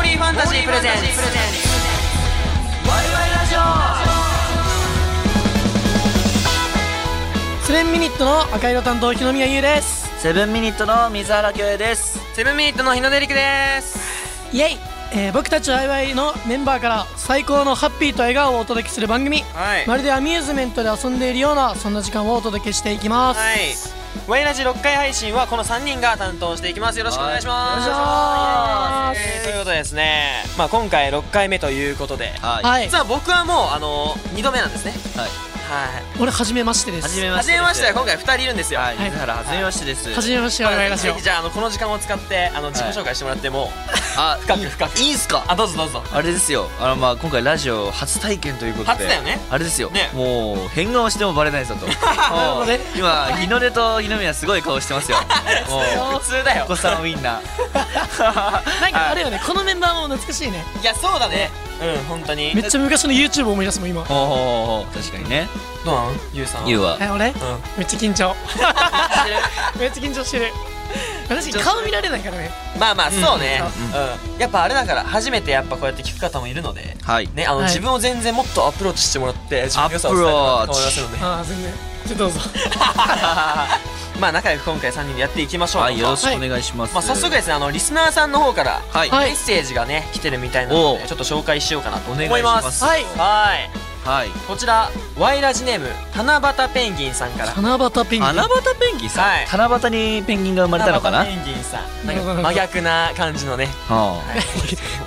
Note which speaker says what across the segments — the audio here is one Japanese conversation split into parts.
Speaker 1: プレゼンツ
Speaker 2: ワイワイラジ
Speaker 3: セブンミニットの赤色担当木の宮優です
Speaker 2: オセブンミニットの水原恭平です
Speaker 1: セブンミニットの日野出陸です
Speaker 3: イエイ、えー僕たちワイワイのメンバーから最高のハッピーと笑顔をお届けする番組、
Speaker 1: はい
Speaker 3: まるでアミューズメントで遊んでいるようなそんな時間をお届けしていきます、
Speaker 1: はいワイラジ6回配信はこの3人が担当していきますよろしくお願いします、
Speaker 3: はいお願いします
Speaker 1: えーということでですね、まあ、今回6回目ということで
Speaker 2: はい
Speaker 3: はい
Speaker 1: 実は僕はもうあの2度目なんですね
Speaker 2: はい
Speaker 1: はい
Speaker 3: 俺初めましてです
Speaker 2: 初めまし
Speaker 1: 初
Speaker 2: て
Speaker 1: めまして今回2人いるんですよ、
Speaker 2: はい
Speaker 3: はい
Speaker 2: 水原初めましてです
Speaker 3: 初めましてワイワイラジ
Speaker 1: ぜ
Speaker 3: オ
Speaker 1: ひじゃああのこの時間を使ってあの自己紹介してもらっても、
Speaker 2: あ
Speaker 1: 深く深く
Speaker 2: いいんすか
Speaker 1: あどうぞどうぞ
Speaker 2: あれですよあのまあ今回ラジオ初体験ということで
Speaker 1: 初だよね
Speaker 2: あれですよ
Speaker 1: ね
Speaker 2: もう変顔してもバレな いぞともう
Speaker 3: ほどね
Speaker 2: 今日の出と日の宮すごい顔し てますよもう
Speaker 1: 普通だよ
Speaker 2: お子さんウインナー
Speaker 3: なんかあれよねこのメンバーも懐かしいね
Speaker 1: いやそうだねうん本当に
Speaker 3: めっちゃ昔の YouTube 思い出すもん今
Speaker 2: ほうほうほうほう確かにね
Speaker 1: どうなんゆうさんは
Speaker 2: ゆうは
Speaker 3: え
Speaker 1: う
Speaker 3: 俺
Speaker 1: ん
Speaker 3: めっちゃ緊張 めっちゃ緊張してる私顔見られないからね
Speaker 1: まあまあそうね
Speaker 2: う
Speaker 1: うん、やっぱあれだから初めてやっぱこうやって聞く方もいるので
Speaker 2: はい
Speaker 1: ねあの、
Speaker 3: はい
Speaker 1: 自分を全然もっとアプローチしてもらって自分の良さを伝えたらと思いますので
Speaker 3: ああ全然ちょっとどうぞ
Speaker 1: まあ仲良く今回3人でやっていきましょう
Speaker 2: はいよろしくお願いします
Speaker 1: まあ、早速ですねあのリスナーさんの方から
Speaker 2: はい
Speaker 3: はい
Speaker 1: メッセージがね来てるみたいなの
Speaker 2: お
Speaker 1: で
Speaker 2: う
Speaker 1: ちょっと紹介しようかなと思い
Speaker 2: お願いし
Speaker 1: ま
Speaker 2: ますす
Speaker 3: はい
Speaker 1: はい
Speaker 2: はい
Speaker 1: こちらワイラジネーム七夕ペンギンさんから
Speaker 3: 七夕ペンギン
Speaker 2: 七夕ペンギンさん、
Speaker 1: はい
Speaker 2: 七夕にペンギンが生まれたのかな
Speaker 1: 七夕ペンギンさんなんか真逆な感じのね
Speaker 2: あ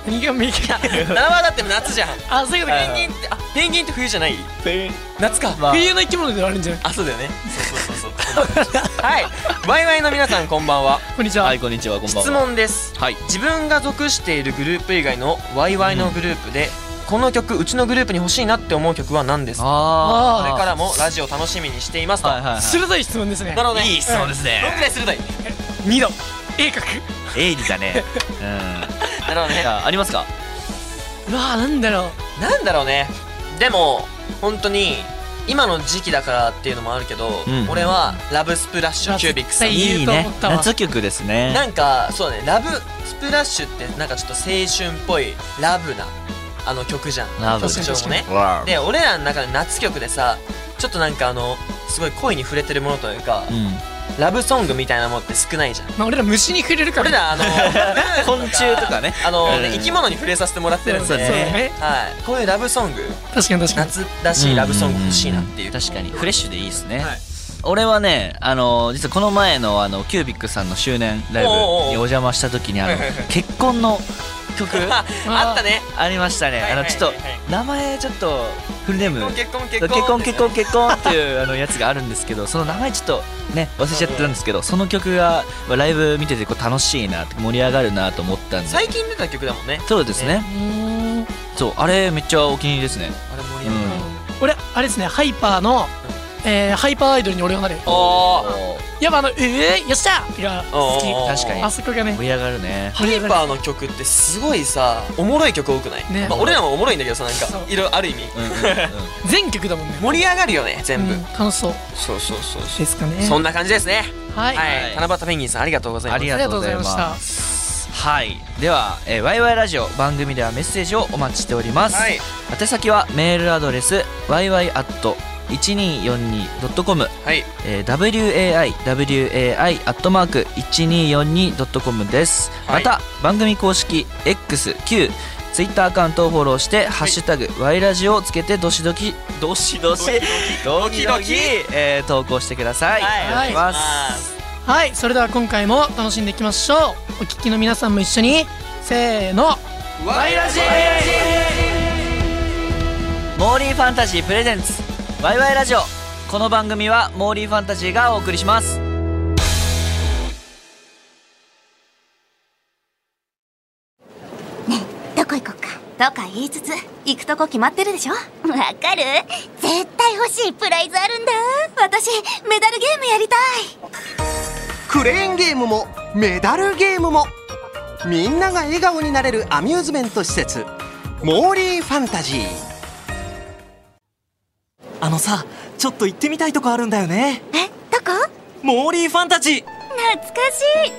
Speaker 3: 何が右か
Speaker 1: 七夕だって夏じゃん
Speaker 3: あそういうこと
Speaker 1: ペ
Speaker 3: か
Speaker 1: ンギンってあペンギンって冬じゃない
Speaker 2: あペン
Speaker 1: 夏か、
Speaker 2: まあ
Speaker 3: 冬の生き物ではあるんじゃない
Speaker 1: あそうだよねそうそうそうそうはいワイワイの皆さんこんばんは
Speaker 3: こんにちは、
Speaker 2: はいこんにちはこんばんは
Speaker 1: 質問です
Speaker 2: はい
Speaker 1: 自分が属しているグループ以外のワイワイのグループで、この曲うちのグループに欲しいなって思う曲は何ですかこ
Speaker 2: あ
Speaker 1: れ
Speaker 2: あ
Speaker 1: からもラジオ楽しみにしていますと、
Speaker 2: はいはい、はい、
Speaker 3: 鋭い質問ですね
Speaker 1: なるほどね
Speaker 2: いい質問ですね
Speaker 1: どんくらい鋭い
Speaker 3: 二度鋭角
Speaker 2: 鋭利 だねうん
Speaker 1: なるほど
Speaker 2: じ
Speaker 1: ね
Speaker 2: ゃあありますか
Speaker 3: うわーなんだろう
Speaker 1: なんだろうねでも本当に今の時期だからっていうのもあるけど、
Speaker 2: うん
Speaker 1: 俺はラブスプラッシュキュービックさん
Speaker 3: いいと
Speaker 2: ね
Speaker 3: 思ったわ
Speaker 2: 夏曲ですね
Speaker 1: なんかそうだねラブスプラッシュってなんかちょっと青春っぽいラブなあの曲じゃん
Speaker 2: ラブ
Speaker 1: 曲調もね
Speaker 2: わ
Speaker 1: で俺らの中で夏曲でさちょっとなんかあのすごい恋に触れてるものというか
Speaker 2: う、ん
Speaker 1: ラブソングみたいなものって少ないじゃん
Speaker 3: まあ俺ら虫に触れるから
Speaker 1: 俺らあの
Speaker 2: 昆虫とかね
Speaker 1: あの、
Speaker 2: うん
Speaker 1: 生き物に触れさせてもらってるんで
Speaker 2: そうだ
Speaker 3: ね
Speaker 1: はい、こういうラブソング
Speaker 3: 確かに確かに
Speaker 1: 夏らしいラブソング欲しいなっていう,、
Speaker 2: んんん確かにフレッシュでいいですね、
Speaker 1: はい
Speaker 2: 俺はねあの実はこの前のあのキュービックさんの周年ライ
Speaker 1: お
Speaker 2: ブに
Speaker 1: うおうおう
Speaker 2: お邪魔した時にあの
Speaker 1: はいはいはい
Speaker 2: 結婚の 曲
Speaker 1: あったね
Speaker 2: ありましたね
Speaker 1: はい
Speaker 2: あ
Speaker 1: はいはい
Speaker 2: のちょっと名前ちょっとフルネーム
Speaker 1: 結婚結
Speaker 2: 結
Speaker 1: 婚
Speaker 2: 婚結婚結婚っていうあのやつがあるんですけどその名前ちょっとね忘れちゃってたんですけ どその曲がライブ見ててこう楽しいなって盛り上がるなと思ったんで
Speaker 1: 最近出た曲だもんね
Speaker 2: そうですね
Speaker 3: うーん
Speaker 2: そうあれめっちゃお気に入りですね
Speaker 1: あれ盛り上がる、
Speaker 2: うん
Speaker 3: 俺あれですねハイパーの、えー、ハイパーアイドルに俺はなる
Speaker 1: おー
Speaker 2: おー
Speaker 3: やっぱあの「えー、よっしゃ!」が好き
Speaker 1: おー
Speaker 2: 確かに
Speaker 3: あそこがね
Speaker 2: 盛り上がるね
Speaker 1: ハイパーの曲ってすごいさおもろい曲多くない、
Speaker 3: ね
Speaker 1: まあ、俺らもおもろいんだけどさなんか
Speaker 3: そう
Speaker 1: いろいろある意味
Speaker 2: うんうんうん
Speaker 3: 全曲だもんね
Speaker 1: 盛り上がるよね全部、
Speaker 3: うん楽しそう
Speaker 1: そうそうそうそ
Speaker 3: ですかね
Speaker 1: うそんな感じですね
Speaker 3: はい、
Speaker 1: は
Speaker 3: あ
Speaker 1: い、七夕ペンギンさんありがとうござい
Speaker 2: あ
Speaker 1: ます
Speaker 2: り
Speaker 3: り
Speaker 2: が
Speaker 3: が
Speaker 2: と
Speaker 3: と
Speaker 2: う
Speaker 3: う
Speaker 2: ご
Speaker 3: ご
Speaker 2: ざ
Speaker 3: ざ
Speaker 2: い
Speaker 3: い
Speaker 2: ま
Speaker 3: ますした
Speaker 2: はいでは、えー、ワイワイラジオ番組ではメッセージをお待ちしております、
Speaker 1: はい
Speaker 2: 宛先はメールアドレス yy@ 1242.com
Speaker 1: はい
Speaker 2: えー wai wai アットマーク 1242.com です、
Speaker 1: はい
Speaker 2: また番組公式 XQ ツイッターアカウントをフォローして、ハッシュタグワイラジオをつけてどしどきどしどしドキドキ、えー投稿してくださ
Speaker 1: は
Speaker 2: い、
Speaker 1: い
Speaker 2: お願いし
Speaker 1: は
Speaker 2: ま
Speaker 1: い
Speaker 2: す
Speaker 3: はいそれでは今回も楽しんでいきましょうお聞きの皆さんも一緒にせーの
Speaker 1: ワイラジ
Speaker 2: モーリーファンタジープレゼンツワイワイラジオこの番組はモーリーファンタジーがお送りします
Speaker 4: どこ行こっかとか言いつつ行くとこ決まってるでしょわかる絶対欲しいプライズあるんだ私メダルゲームやりたい
Speaker 5: クレーンゲームもメダルゲームもみんなが笑顔になれるアミューズメント施設モーリーファンタジー
Speaker 6: あのさちょっと行ってみたいとこあるんだよね
Speaker 4: えどこ
Speaker 6: モーリーファンタジー
Speaker 4: 懐か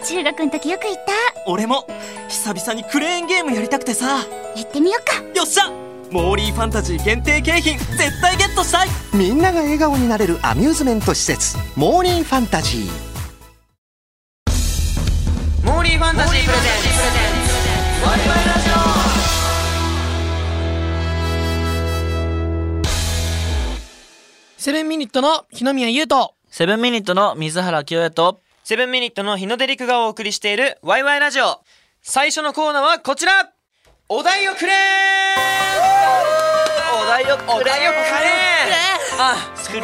Speaker 4: しい中学の時よく行った
Speaker 6: 俺も久々にクレーンゲームやりたくてさ
Speaker 4: やってみよっか
Speaker 6: よっしゃモーリーファンタジー限定景品絶対ゲットしたい
Speaker 5: みんなが笑顔になれるアミューズメント施設モーリーファンタジー
Speaker 1: モーリーファンタジープレゼンツワイワイラジ
Speaker 3: セブンミニットの日野宮優斗
Speaker 2: セブンミニットの水原清也と
Speaker 1: オセブンミニットの日の出陸がお送りしているワイワイラジオ最初のコーナーはこちらお題をくれ
Speaker 2: お題を
Speaker 1: お題をくれあ
Speaker 2: くれよ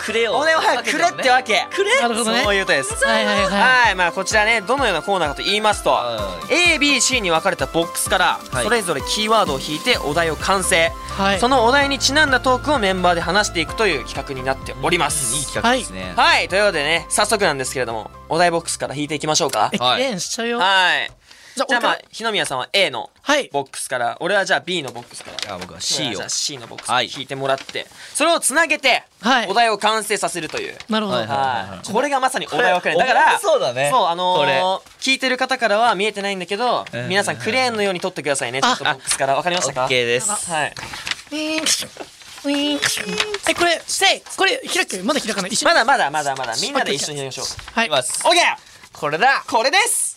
Speaker 2: くれよ
Speaker 1: お題を早くくれってわけ
Speaker 2: くれ
Speaker 3: なるほどね
Speaker 1: そういうことです
Speaker 3: はいはいはい
Speaker 1: はい、まあこちらねどのようなコーナーかと言いますと
Speaker 2: は
Speaker 1: ABC に分かれたボックスから
Speaker 2: はい
Speaker 1: それぞれキーワードを引いてお題を完成、
Speaker 3: はい
Speaker 1: そのお題にちなんだトークをメンバーで話していくという企画になっておりま
Speaker 2: いい
Speaker 1: す、
Speaker 2: 企画ですね
Speaker 1: はいということでね早速なんですけれどもお題ボックスから引いていきましょうか
Speaker 3: え
Speaker 2: はい
Speaker 3: 綺麗にしちゃうよ
Speaker 1: はい
Speaker 3: じゃ
Speaker 1: じゃあま
Speaker 3: あ
Speaker 1: あ日野宮さんは A の
Speaker 3: はい
Speaker 1: ボックスから俺はじゃあ B のボックスから
Speaker 2: じゃあ僕は C
Speaker 1: じ
Speaker 2: を
Speaker 1: ゃあ C のボックス
Speaker 2: は
Speaker 1: から
Speaker 2: い
Speaker 1: 引いてもらってそれをつなげて
Speaker 3: はい
Speaker 1: お題を完成させるという
Speaker 3: なるほど
Speaker 2: はいはい
Speaker 1: はい、これがまさにお題分かれ
Speaker 2: これ
Speaker 1: だから
Speaker 2: そうだね
Speaker 1: そうあの
Speaker 2: こ
Speaker 1: ー、
Speaker 2: れ
Speaker 1: 聞いてる方からは見えてないんだけど、
Speaker 2: うん
Speaker 1: 皆さんクレーンのように撮ってくださいねちょ
Speaker 3: あ
Speaker 1: っとボックスから分かりま
Speaker 2: オ
Speaker 1: したか
Speaker 2: ッケーです
Speaker 1: はい、
Speaker 3: ウィーンクシュウィーンクシュえこれせいこれ開くまだ開かない一緒
Speaker 1: ま
Speaker 3: に
Speaker 1: だまだまだまだみんなで一緒にやりましょう
Speaker 3: はい
Speaker 2: きます
Speaker 1: オッケー
Speaker 2: これだ
Speaker 1: これです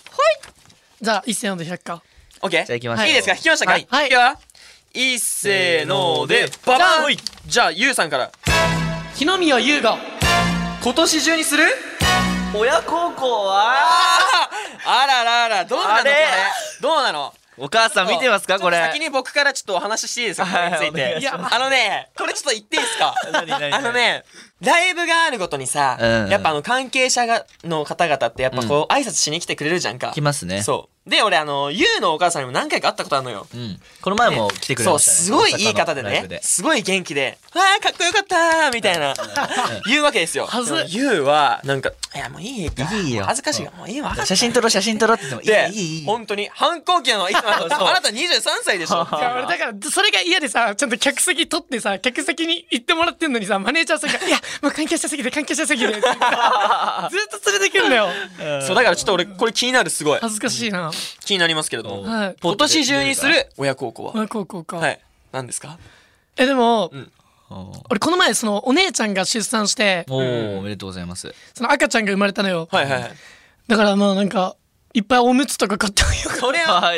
Speaker 3: じゃあ一斉ので開くか
Speaker 1: オッケー
Speaker 2: じゃあ行きましょう
Speaker 1: いいですか引きましたか、
Speaker 2: はい
Speaker 1: いくよいっせーのでババンじゃあゆうさんから
Speaker 3: 日野宮優雅
Speaker 1: 今年中にする
Speaker 2: 親孝行は
Speaker 1: あーあらららどうなの
Speaker 2: あ
Speaker 1: これ
Speaker 2: れ
Speaker 1: どうなの
Speaker 2: お母さん見てますかこれ
Speaker 1: ちょっと先に僕からちょっとお話ししていいですかこれについ
Speaker 2: は
Speaker 1: て
Speaker 2: いお願い
Speaker 3: します
Speaker 1: あのねこれちょっと言っていいですか
Speaker 2: 何何何
Speaker 1: あのねライブがあるごとにさ、
Speaker 2: うんうん
Speaker 1: やっぱあの関係者がの方々ってやっぱこう挨拶しに来てくれるじゃんか
Speaker 2: 来ますね
Speaker 1: そうで俺あのゆうのお母さんにも何回か会ったことあるのよ
Speaker 2: うんこの前も来てくれ
Speaker 1: そう
Speaker 2: ましたね
Speaker 1: すごいいい方で
Speaker 2: 大阪のライブ
Speaker 1: ねすごい元気で「あーかっこよかった」みたいな言うわけですよ
Speaker 3: はず
Speaker 1: でもゆうはなんか「いやもういいか
Speaker 2: いい
Speaker 1: も
Speaker 2: よ
Speaker 1: う恥ずかしいからもういいわ分かった
Speaker 2: 写真撮ろう写真撮ろうって言って
Speaker 1: で
Speaker 2: もいいいいいい
Speaker 1: 本当に反抗期なのいつもあのあなた23歳でしょ
Speaker 3: いや俺だからそれが嫌でさちゃんと客席取ってさ客席に行ってもらってんのにさマネージャー さんが「いやもう関係者席で関係者席で」ずっと連れてくんだよ
Speaker 1: そうだからちょっと俺これ気になるすごい
Speaker 3: 恥ずかしいな
Speaker 1: 気になりますけれども
Speaker 3: はい
Speaker 1: 今年中にする親孝行は
Speaker 3: 親孝行か、
Speaker 1: はい何ですか
Speaker 3: えでも、
Speaker 1: ん
Speaker 3: 俺この前そのお姉ちゃんが出産して
Speaker 2: おーおめでとうございます
Speaker 3: その赤ちゃんが生まれたのよ、
Speaker 1: はいはいはい
Speaker 3: だからまあなんかいっぱいおむつとか買ってあげようか
Speaker 1: それは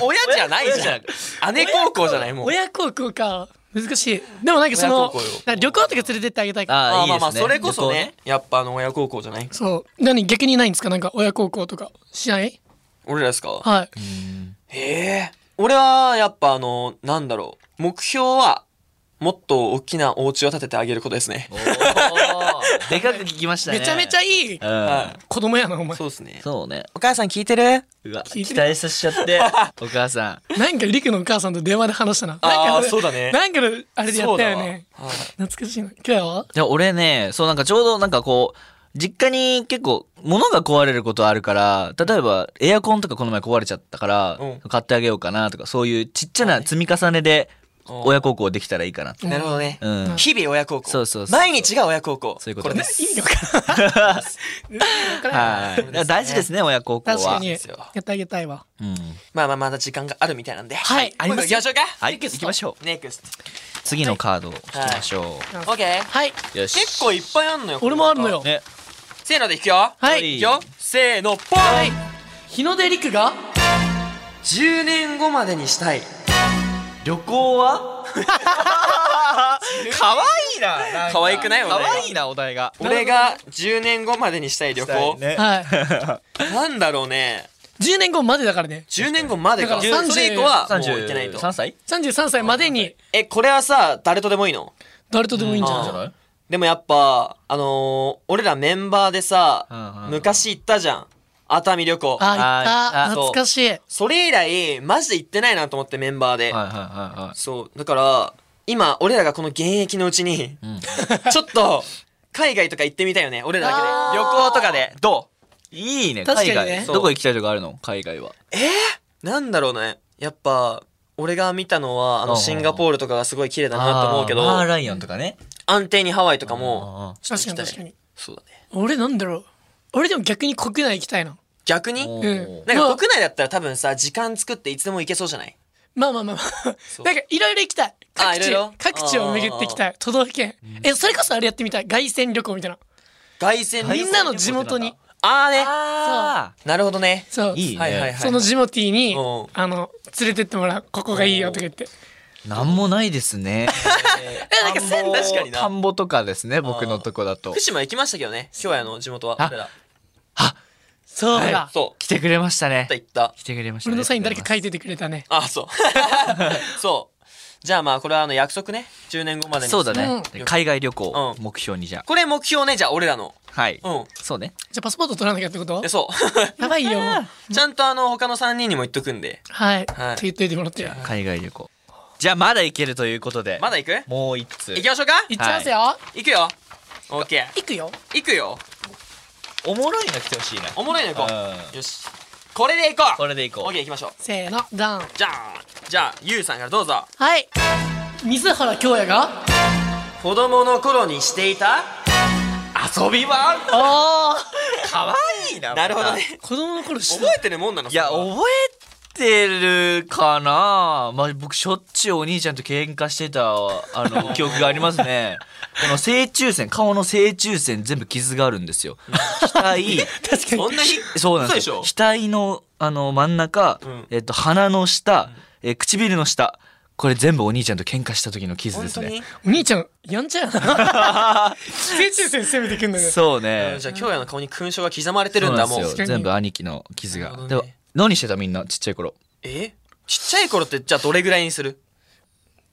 Speaker 1: お親じゃないじゃ
Speaker 2: 親
Speaker 1: ん姉孝行じゃないもう
Speaker 3: 親孝行か難しいでもなんかその
Speaker 1: 親孝行よ
Speaker 3: なんか旅行とか連れてってあげたいから
Speaker 2: あ
Speaker 1: あ
Speaker 2: あ
Speaker 1: ー
Speaker 2: いい
Speaker 1: まあ
Speaker 2: で
Speaker 1: ますあ
Speaker 2: ね
Speaker 1: それこそ
Speaker 2: 旅行
Speaker 1: ねやっぱあの親孝行じゃない
Speaker 3: そう何逆にないんですかなんか親孝行とかしない
Speaker 1: 俺らですか
Speaker 3: はい
Speaker 1: ええ俺はやっぱあのなんだろう目標はもっと大きなお家を建ててあげることですね
Speaker 2: おーでかく聞きましたね
Speaker 3: めちゃめちゃいい
Speaker 2: ゃ
Speaker 3: 子供やなお前
Speaker 1: そうですね
Speaker 2: そうね
Speaker 1: お母さん聞いてる
Speaker 2: うわ
Speaker 3: いてる
Speaker 2: 期待させちゃって お母さ
Speaker 3: なんかりくのお母さんと電話で話したな
Speaker 1: あー
Speaker 3: なんかれ
Speaker 1: そうだね
Speaker 3: なんかのあれでや
Speaker 1: そ
Speaker 3: ったよね
Speaker 1: うだわはい
Speaker 3: 懐かしいな今日は
Speaker 2: んいや俺ねそうなんかちょうどなんかこう実家に結構物が壊れることあるから例えばエアコンとかこの前壊れちゃったから、
Speaker 1: うん
Speaker 2: 買ってあげようかなとかそういうちっちゃな積み重ねで
Speaker 1: うん
Speaker 2: 親孝行できたらいい かなって
Speaker 1: なるほどね
Speaker 2: うん
Speaker 1: 日々親孝行
Speaker 2: そうそうそう
Speaker 1: 毎日が親孝行
Speaker 2: そういうこと
Speaker 1: れです
Speaker 3: 意味わからん
Speaker 2: は
Speaker 1: す
Speaker 2: い
Speaker 1: ね
Speaker 2: いや大事ですね親孝行は
Speaker 3: 確かに
Speaker 1: そう
Speaker 3: や
Speaker 1: ですよ
Speaker 3: ってあげたいわ
Speaker 2: うん
Speaker 1: まあまあまだ時間があるみたいなんで
Speaker 3: はい
Speaker 1: あります行きましょうか
Speaker 2: はい行きましょう
Speaker 1: ネクス
Speaker 2: 次のカードを引きましょう、
Speaker 1: トオッケー
Speaker 3: はい
Speaker 2: よし
Speaker 1: 結構いっぱいあんのよ
Speaker 3: 俺もあるのよ
Speaker 2: ね
Speaker 1: せーのでいくよ
Speaker 3: はい
Speaker 1: いくよせーのポン
Speaker 3: はい日の出りくが
Speaker 1: 10年後までにしたい
Speaker 2: 旅行は可愛いななんか
Speaker 1: 可愛くないお題が
Speaker 2: 可愛いなお題が
Speaker 1: 俺が10年後までにしたい旅行
Speaker 2: ね
Speaker 3: はい
Speaker 1: なんだろうね
Speaker 3: 10年後までだからね
Speaker 1: 10年後までか
Speaker 3: だから30
Speaker 1: それ以降はもういけないと
Speaker 2: 33歳
Speaker 3: 33歳までに
Speaker 1: えこれはさ誰とでもいいの
Speaker 3: 誰とでもいいんじゃない
Speaker 1: あでもやっぱあのー俺らメンバーでさ
Speaker 2: うんうん
Speaker 1: 昔行ったじゃん熱海旅行
Speaker 3: あ
Speaker 2: あ
Speaker 3: 行った
Speaker 2: あ
Speaker 3: 懐かしい
Speaker 1: それ以来マジで行ってないなと思ってメンバーで
Speaker 2: はいはいはいはい
Speaker 1: そうだから今俺らがこの現役のうちに、
Speaker 2: ん
Speaker 1: ちょっと海外とか行ってみたいよね俺らだけで旅行とかでど
Speaker 2: いいね
Speaker 3: 確かに
Speaker 2: 海
Speaker 3: ね
Speaker 2: 外
Speaker 1: そう
Speaker 2: どこ行きたいとかあるの海外は
Speaker 1: うなんだろうねやっぱ俺が見たのはあ
Speaker 2: あ
Speaker 1: の
Speaker 2: ー
Speaker 1: シンガポールとかがすごい綺麗だなと思うけど
Speaker 2: マーライオンとかね
Speaker 1: 安定にハワイとかも
Speaker 2: あ
Speaker 1: ちょっと
Speaker 3: 確か
Speaker 1: 行きたい
Speaker 3: に確かに
Speaker 1: そうだね
Speaker 3: 俺なんだろう俺でも逆に国内行きたいな
Speaker 1: 逆に
Speaker 3: うん
Speaker 1: なん
Speaker 3: ま
Speaker 1: か
Speaker 3: あ
Speaker 1: 国内だったら多分さ時間作っていつでも行けそうじゃない
Speaker 3: まあまあまあまあ
Speaker 1: う
Speaker 3: なんかいろいろ行きたい
Speaker 1: あ
Speaker 3: 各
Speaker 1: いろい
Speaker 3: 地
Speaker 1: ろ
Speaker 3: 各地を巡っていきたい都道府県えそれこそあれやってみたい凱旋旅行みたいな
Speaker 1: 凱旋
Speaker 3: みんなの地元に
Speaker 1: ああね
Speaker 2: あ
Speaker 1: なるほどね
Speaker 3: そう
Speaker 2: いいね
Speaker 1: はいはいはい
Speaker 3: そのジモティーに
Speaker 1: うん
Speaker 3: あの連れてってもらうここがいいよとか言って
Speaker 2: なんもないですね。
Speaker 3: えなんか仙台
Speaker 1: 確か にな
Speaker 2: 田んぼとかですね、僕のとこだと
Speaker 1: 福。島行きましたけどね今日やの地元は
Speaker 2: あ
Speaker 1: 俺ら
Speaker 3: そう
Speaker 2: はい
Speaker 3: だ
Speaker 1: そう
Speaker 2: 来てくれましたね
Speaker 1: 行。った
Speaker 2: 来てくれましたね。
Speaker 3: 俺のサイン誰か書いててくれたね
Speaker 1: あそうそうじゃあまあこれはあの約束ね10年後までに
Speaker 2: そうだね
Speaker 1: うん。
Speaker 2: 海外旅行
Speaker 1: うん
Speaker 2: 目標にじゃあ。
Speaker 1: これ目標ねじゃあ俺らの
Speaker 2: はい。
Speaker 1: うん
Speaker 2: そうね。
Speaker 3: じゃあパスポート取らなきゃってこと
Speaker 1: えそう
Speaker 3: やばいよ
Speaker 1: ちゃんとあの他の3人にも言っとくんで
Speaker 3: はい
Speaker 1: はい
Speaker 3: って言っといてもらって
Speaker 2: 海外旅行。じゃあまだ行けるということで。
Speaker 1: まだ行く
Speaker 2: もう一つ
Speaker 1: 行き。ましょうか
Speaker 3: 行っちゃいますよ
Speaker 1: 行くよオッケ
Speaker 3: 行くよ
Speaker 1: ー行くよ
Speaker 2: おもろいの来てほしいな。
Speaker 1: おもろいの行こ
Speaker 2: う
Speaker 1: うよしこれで行こう
Speaker 2: これで行こう
Speaker 1: オッケー行きましょう
Speaker 3: せーのダン
Speaker 1: じゃあじゃあゆうさんからどうぞ
Speaker 3: はい水原京也が
Speaker 1: 子供の頃にしていた遊びは
Speaker 3: あ
Speaker 2: かわいいな。
Speaker 1: なるほどね
Speaker 3: あ子供の頃 知って
Speaker 1: 覚
Speaker 3: た
Speaker 1: えてるもんなの
Speaker 2: いや
Speaker 1: それは
Speaker 2: 覚えてるかなまあ僕しょっちゅうお兄ちゃんと喧嘩してた あの記憶がありますねこの正中線顔の正中線全部傷があるんですよ 額
Speaker 3: 確か
Speaker 1: そ
Speaker 3: に
Speaker 1: んなに
Speaker 2: そうなんです
Speaker 1: 嘘
Speaker 2: よ
Speaker 1: でし
Speaker 2: 額のあの真ん中、
Speaker 1: ん
Speaker 2: えっと、鼻の下、えー唇の下これ全部お兄ちゃんと喧嘩した時の傷
Speaker 1: ょ
Speaker 2: で
Speaker 1: 本
Speaker 2: す
Speaker 1: 当
Speaker 2: ね
Speaker 1: に
Speaker 3: お兄ちゃんやんちゃやな成中線攻めてくんだね
Speaker 2: そう
Speaker 1: う
Speaker 2: ね
Speaker 1: んじゃあ京也の顔に勲章が刻まれてるんだも
Speaker 2: そうなん
Speaker 1: う
Speaker 3: 確
Speaker 2: ですよ
Speaker 3: かに
Speaker 2: 全部兄貴の傷
Speaker 1: な
Speaker 2: が、
Speaker 1: るほ
Speaker 2: で
Speaker 1: ど
Speaker 2: も
Speaker 1: ね
Speaker 2: 何してたみんなちっちゃい頃
Speaker 1: えちっちゃい頃ってじゃあどれぐらいにする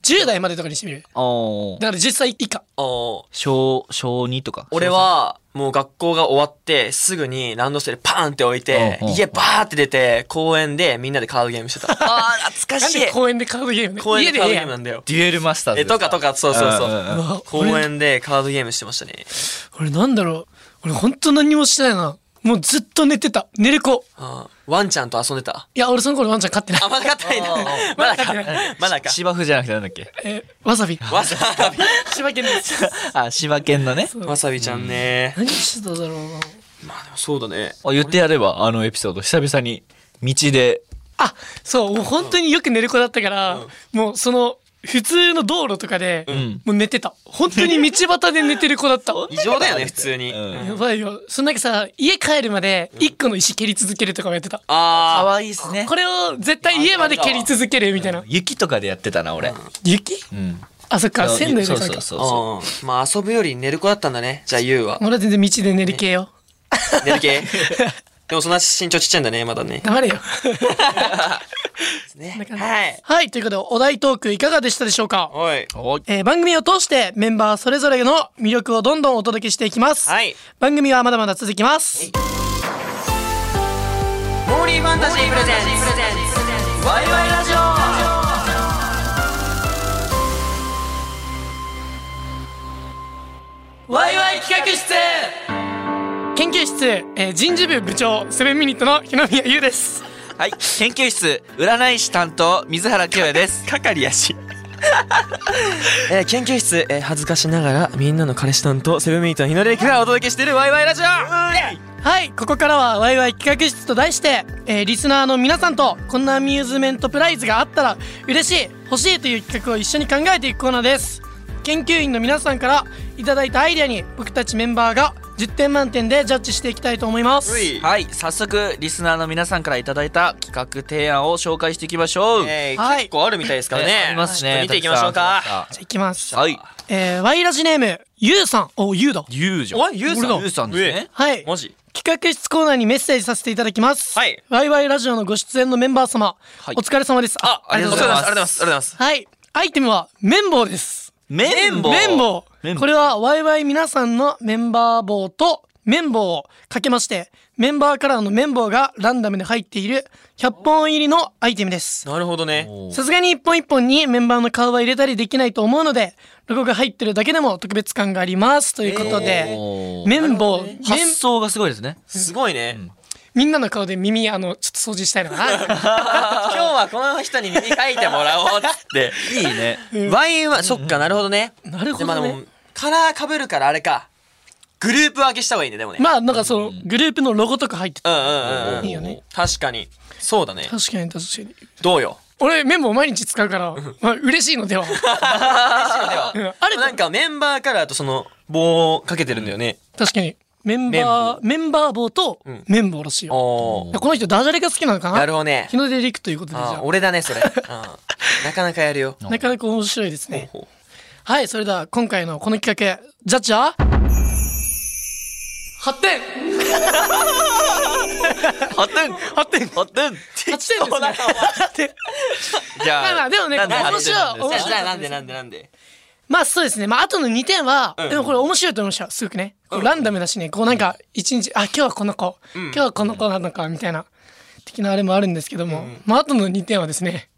Speaker 3: 10代までとかにしてみる
Speaker 2: あー
Speaker 3: だから10歳以下
Speaker 1: あー
Speaker 2: 小小2とか
Speaker 1: 俺はもう学校が終わってすぐにランドセルパーンって置いて
Speaker 2: うんうんうん
Speaker 1: 家バーって出て公園でみんなでカードゲームしてた
Speaker 2: あー懐か
Speaker 3: なん
Speaker 2: しい
Speaker 3: で公園でカードゲームね
Speaker 1: 公園
Speaker 3: 家
Speaker 1: で
Speaker 3: で
Speaker 1: カード
Speaker 3: ええ
Speaker 1: ゲ
Speaker 3: や
Speaker 1: ーム
Speaker 3: ん
Speaker 1: なんだよ
Speaker 2: デュエルマスターズ
Speaker 1: えとかとかそうそうそう
Speaker 2: うんうんうん
Speaker 3: うわ
Speaker 1: 公園でカードゲームしてましたね
Speaker 3: 俺なんだろう俺ほんと何もしてないなもうずっと寝てた寝る子
Speaker 1: あーワンちゃんと遊んでた
Speaker 3: いや俺その頃ワンちゃん飼ってない
Speaker 1: あまだ勝ってないなまだかまだか
Speaker 2: 芝生じゃなくてなんだっけ
Speaker 3: えーわさび
Speaker 1: わさ
Speaker 3: 千葉県です
Speaker 2: あ芝犬のね
Speaker 1: びわさびちゃんね
Speaker 3: 何してただろうな
Speaker 1: まあでもそうだね
Speaker 2: あ言ってやればあのエピソード久々に道で
Speaker 3: あそうもう本当によく寝る子だったから、もうその普通の道路とかで、
Speaker 2: ん
Speaker 3: もう寝てた本当に道端で寝てる子だ った
Speaker 1: 異常だよね普通に、
Speaker 2: うん
Speaker 3: やばいよそのなんかさ家帰るまで一個の石蹴り続けるとかもやってた、
Speaker 1: ああ
Speaker 2: わいいっすね
Speaker 3: これを絶対家まで蹴り続けるみたいな
Speaker 2: 雪とかでやってたな俺
Speaker 3: 雪
Speaker 2: うん
Speaker 3: あそっか仙台
Speaker 2: そ
Speaker 3: で
Speaker 2: う
Speaker 3: か
Speaker 2: そう
Speaker 3: らか
Speaker 2: そうそ
Speaker 1: うんまあ遊ぶより寝る子だったんだねじゃあゆうは
Speaker 3: 俺は全然道で寝る系よ
Speaker 1: 寝る 系でもそんな身長ちっちゃいんだねまだね
Speaker 3: 黙れよ
Speaker 1: ね
Speaker 3: だから
Speaker 1: はい
Speaker 3: はいということでお題トークいかがでしたでしょうか、
Speaker 1: おいう
Speaker 2: お
Speaker 3: えー番組を通してメンバーそれぞれの魅力をどんどんお届けしていきます、
Speaker 1: はい
Speaker 3: 番組はまだまだ続きます
Speaker 1: モーリーファンタジープレゼンツワイワイラジオ
Speaker 3: ワイワイ企画室研究室、えー人事部部長セブンミニットの日野宮優です
Speaker 2: はい研究室占い師担当水原清也です
Speaker 1: 係や しえー、研究室、えー、恥ずかしながらみんなの彼氏担当セブンミートの日の出からお届けしているワイワイラジオ
Speaker 3: はいここからはワイワイ企画室と題して、えーリスナーの皆さんとこんなアミューズメントプライズがあったら嬉しい欲しいという企画を一緒に考えていくコーナーです研究員の皆さんからいただいたアイデアに僕たちメンバーが10点満点でジャッジしていきたいと思います
Speaker 2: はい早速リスナーの皆さんからいただいた企画提案を紹介していきましょう
Speaker 1: えー
Speaker 3: はい
Speaker 1: 結構あるみたいですからね、
Speaker 2: ありますね
Speaker 1: ちょっと見ていきましょうか
Speaker 2: たく
Speaker 3: じゃあいきます
Speaker 2: さんはい
Speaker 3: えーワイラジネームゆうさんおゆうだ
Speaker 2: ゆうじゃん
Speaker 1: おゆうさん
Speaker 2: ゆうさんですね
Speaker 3: はい
Speaker 1: マジ
Speaker 3: 企画室コーナーにメッセージさせていただきます。
Speaker 1: はい
Speaker 3: ワイワイラジオのご出演のメンバー様、
Speaker 2: はい
Speaker 3: お疲れ様です。
Speaker 1: あ、ありがとうございます。ありがとうございます。ありがとうございます。
Speaker 3: はい。アイテムは綿棒です。
Speaker 2: 綿棒
Speaker 3: 綿棒
Speaker 2: 綿。棒
Speaker 3: これはワイワイ皆さんのメンバー棒と綿棒をかけまして、メンバーカラーの綿棒がランダムで入っている100本入りのアイテムです。
Speaker 1: なるほどね。
Speaker 3: さすがに一本一本にメンバーの顔は入れたりできないと思うので、ロゴが入ってるだけでも特別感があります。ということで、
Speaker 2: おー
Speaker 3: 綿棒、綿
Speaker 2: 発想がすごいですね
Speaker 1: すごいね。
Speaker 3: みんなの顔で耳、あの、ちょっと掃除したいのかな。
Speaker 1: 今日はこの人に耳かいてもらおうっつって。
Speaker 2: いいね
Speaker 1: ワインは、そっか、なるほどね。
Speaker 3: なるほどね
Speaker 1: でまあでもカラー被るからあれか。グループ分けした方がいいね、でもね。
Speaker 3: まあなんかそのグループのロゴとか入って
Speaker 1: う
Speaker 3: た
Speaker 1: んうんうんうん。
Speaker 3: いいよね。
Speaker 1: 確かに。そうだね。
Speaker 3: 確かに確かに
Speaker 1: どうよ。
Speaker 3: 俺メモ毎日使うから、まあ、嬉しいのでは
Speaker 1: では
Speaker 3: うんあれ
Speaker 1: なんかメンバーカラーとその棒をかけてるんだよね。
Speaker 3: 確かにメンバーメンバー棒と
Speaker 1: ん
Speaker 3: 綿棒らしいよ、
Speaker 1: おー。
Speaker 3: この人ダジャレが好きなのかな
Speaker 1: なるほどね
Speaker 3: 日。の出陸ということでじ
Speaker 1: あ
Speaker 3: ゃ
Speaker 1: 俺だね、それ。うん なかなかやるよ。
Speaker 3: あなかなか面白いですね
Speaker 1: ほうほ
Speaker 3: はいそれでは今回のこの企画ジャッジは8点
Speaker 2: 発展発展発展
Speaker 3: 8点ですね
Speaker 2: じ
Speaker 3: まあまあでもね
Speaker 2: なん
Speaker 3: 面白い
Speaker 2: なんで
Speaker 3: 面白い
Speaker 1: じゃあなんでなんでなんで。
Speaker 3: まあそうですね。まああとの2点は、でもこれ面白いと思いました。すごくね。こうランダムだしね、こうなんか一日、あ、今日はこの子、今日はこの子なのか、みたいな、的なあれもあるんですけども、まああとの2点はですね、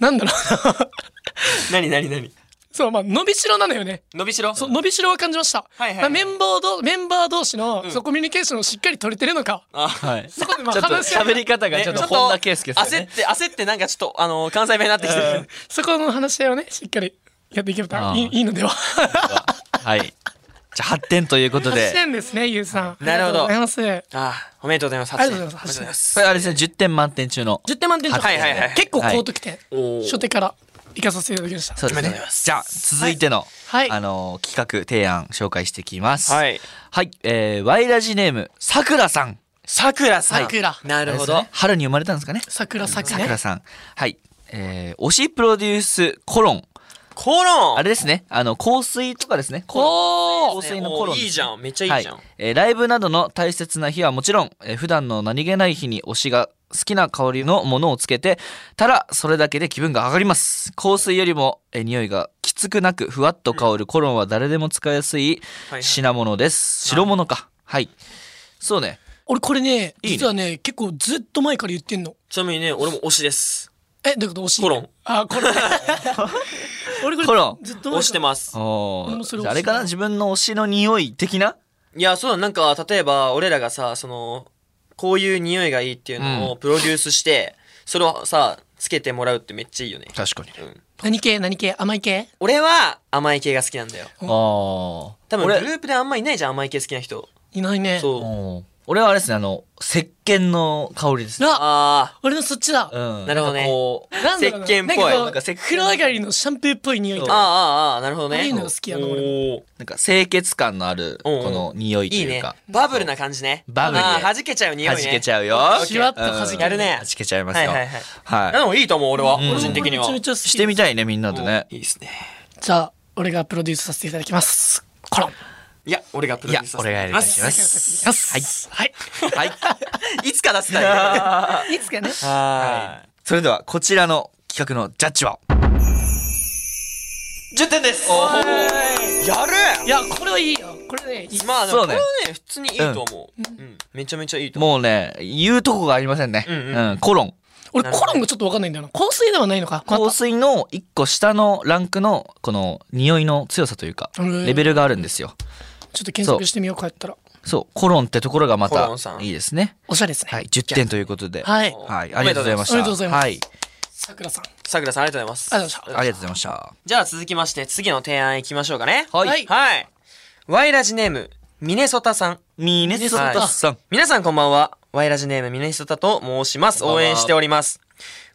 Speaker 3: なんだろうな。
Speaker 1: なになになに
Speaker 3: そう、まあ伸びしろなのよね。
Speaker 1: 伸びしろ
Speaker 3: そう伸びしろは感じました。
Speaker 1: はいはい
Speaker 3: まあ、メンバーどメンバー同士の、そうコミュニケーションをしっかり取れてるのか。
Speaker 1: あ
Speaker 2: はいち
Speaker 3: そ
Speaker 2: ょっ
Speaker 3: こでまあ
Speaker 2: と
Speaker 3: 話し合い
Speaker 2: 喋り方が
Speaker 1: ね
Speaker 2: ちょっと本田圭佑さん
Speaker 1: 焦っ
Speaker 2: ね
Speaker 1: て、焦ってなんかちょっと、あの、関西弁になってきてる。
Speaker 3: そこの話し合いをね、しっかりやっていけば
Speaker 2: ああ
Speaker 3: いいいいのでは。
Speaker 2: はいじゃあ発展ということで
Speaker 3: 8点ですね、ゆうさん。
Speaker 1: なるほど
Speaker 3: ありがとうございます。
Speaker 1: あーおめでとうございます。
Speaker 3: ありがとうござ
Speaker 1: おめでとう
Speaker 3: います
Speaker 1: ございます。
Speaker 2: これあれですね10点満点中の
Speaker 3: 10点満点中、
Speaker 1: はいはいはいはい
Speaker 3: 結構高得点、
Speaker 1: おー
Speaker 3: 初手から行かさせていただきました
Speaker 2: そうです
Speaker 1: おめでとうご
Speaker 2: ね
Speaker 1: ざいます
Speaker 2: じゃあ続いての、
Speaker 3: はい
Speaker 2: あのー企画提案紹介していきます
Speaker 1: はい、
Speaker 2: はいえー、ワイラジネームさくらさん
Speaker 1: さくらさん。
Speaker 3: 桜
Speaker 1: なるほど。
Speaker 2: あれですね春に生まれたんですかね
Speaker 3: 桜咲く
Speaker 2: さく
Speaker 3: ね
Speaker 2: らさんはいえー、推しプロデュースコロン
Speaker 1: コロン
Speaker 2: あれですねあの香水とかですねコロ
Speaker 3: お
Speaker 2: ン香
Speaker 3: お
Speaker 2: 水のコロンですね、
Speaker 1: いいじゃん。めっちゃいいじゃん。
Speaker 2: はいえーライブなどの大切な日はもちろん、えー普段の何気ない日に推しが好きな香りのものをつけてたらそれだけで気分が上がります香水よりも、えー匂いがきつくなくふわっと香るコロンは誰でも使いやす
Speaker 1: は
Speaker 2: い
Speaker 1: いはい
Speaker 2: 品物です、白物かはいそうね
Speaker 3: 俺これね
Speaker 2: いいね
Speaker 3: 実はね結構ずっと前から言ってんの
Speaker 1: ちなみにね、俺も推しです。
Speaker 3: えどういうこと推し
Speaker 1: コロン
Speaker 3: あコロン俺これ
Speaker 2: コロン
Speaker 3: ずっと前か
Speaker 1: 推
Speaker 3: ら
Speaker 1: してます。
Speaker 2: お
Speaker 3: 俺もそれ推し
Speaker 2: ーじゃああれかな自分の推しの匂い的ない
Speaker 1: や、そうだ、なんか、例えば、俺らがさ、その、こういう匂いがいいっていうのをプロデュースして、それをさ、つけてもらうってめっちゃいいよね。
Speaker 2: 確かに
Speaker 3: 何系何系甘い系
Speaker 1: 俺は甘い系が好きなんだよ。
Speaker 2: あー
Speaker 1: 多分、グ
Speaker 2: 俺
Speaker 1: ループであんまいないじゃん、甘い系好きな人。
Speaker 3: いないね
Speaker 1: そう。
Speaker 2: おー俺はあれですねあの石鹸の香りですね
Speaker 3: な
Speaker 1: あ
Speaker 3: 俺のそっちだ、
Speaker 2: うん
Speaker 1: なるほどね
Speaker 2: んかこう
Speaker 3: なんだろうな
Speaker 1: 石鹸っぽい
Speaker 3: なんかこう
Speaker 1: なんか
Speaker 2: 石鹸
Speaker 3: 風呂上がりのシャンプーっぽい匂い
Speaker 1: ー、あー、
Speaker 3: とか
Speaker 1: ああー、なるほどね。
Speaker 3: ああいうのが好きやな
Speaker 1: お
Speaker 3: 俺
Speaker 1: ー
Speaker 2: なんか清潔感のある
Speaker 1: うんうん
Speaker 2: この匂いと
Speaker 1: いい
Speaker 2: いう
Speaker 1: ね
Speaker 2: か。
Speaker 1: バブルな感じね。
Speaker 2: バブルで
Speaker 1: あー弾けちゃう匂い
Speaker 2: 弾
Speaker 1: ね。
Speaker 2: けちゃうよ
Speaker 1: オッケー
Speaker 3: シュワッと弾ける
Speaker 1: やるね
Speaker 2: 弾けちゃいますよ
Speaker 1: はいはいはい
Speaker 2: はい
Speaker 1: でもいいと思う、俺は、
Speaker 2: ん
Speaker 1: 個人的には。
Speaker 3: めちゃめちゃ好き
Speaker 2: してみたいねみんなでね
Speaker 1: いいですね。
Speaker 3: じゃあ俺がプロデュースさせていただきますコロン
Speaker 1: いや、俺がプロ
Speaker 2: い
Speaker 1: デュ
Speaker 2: や
Speaker 1: ースさせ
Speaker 2: 俺
Speaker 1: て
Speaker 2: がやりたいします
Speaker 3: よしはい、、
Speaker 2: はい
Speaker 1: いつか出せたい。はい
Speaker 3: いつかね
Speaker 1: い。
Speaker 2: それではこちらの企画のジャッジは10点です
Speaker 1: や
Speaker 3: いやこれはいいよこれねいい
Speaker 1: るまあでも
Speaker 2: そ
Speaker 1: こ
Speaker 2: う
Speaker 1: れ
Speaker 2: ね
Speaker 1: はね、普通にいいと思う。うん。めちゃめちゃいいと思
Speaker 2: もうね言うとこがありませんね
Speaker 1: うんう
Speaker 2: うんコロン
Speaker 3: 俺コロンがちょっとわかんないんだよな香水ではないのか
Speaker 2: 香水の1個下のランクのこの匂いの強さというか
Speaker 3: へー
Speaker 2: レベルがあるんですよ
Speaker 3: ちょっと検索してみようかやったら
Speaker 2: そうコロンってところがま
Speaker 1: コ
Speaker 2: た
Speaker 1: ロンさん
Speaker 2: いいですね
Speaker 3: おしゃれですね
Speaker 2: はい10点ということで
Speaker 3: はい
Speaker 2: はいありがとうございました
Speaker 3: おめでとうございます
Speaker 2: はい
Speaker 3: さくらさん
Speaker 1: う。さくらさん、ありがとうござい
Speaker 3: あ
Speaker 1: ま。
Speaker 3: りがとうございますした
Speaker 2: ありがとうございました
Speaker 1: じゃあ続きまして、次の提案いきましょうかね。
Speaker 2: はい
Speaker 3: はい
Speaker 1: はい。ワイラジネーム、ミネソタさん。
Speaker 2: ミネソタさん。
Speaker 1: 皆さんこんばんは。ワイラジネームミネソタと申します。
Speaker 2: こんばん
Speaker 1: 応
Speaker 2: は
Speaker 1: 援しております。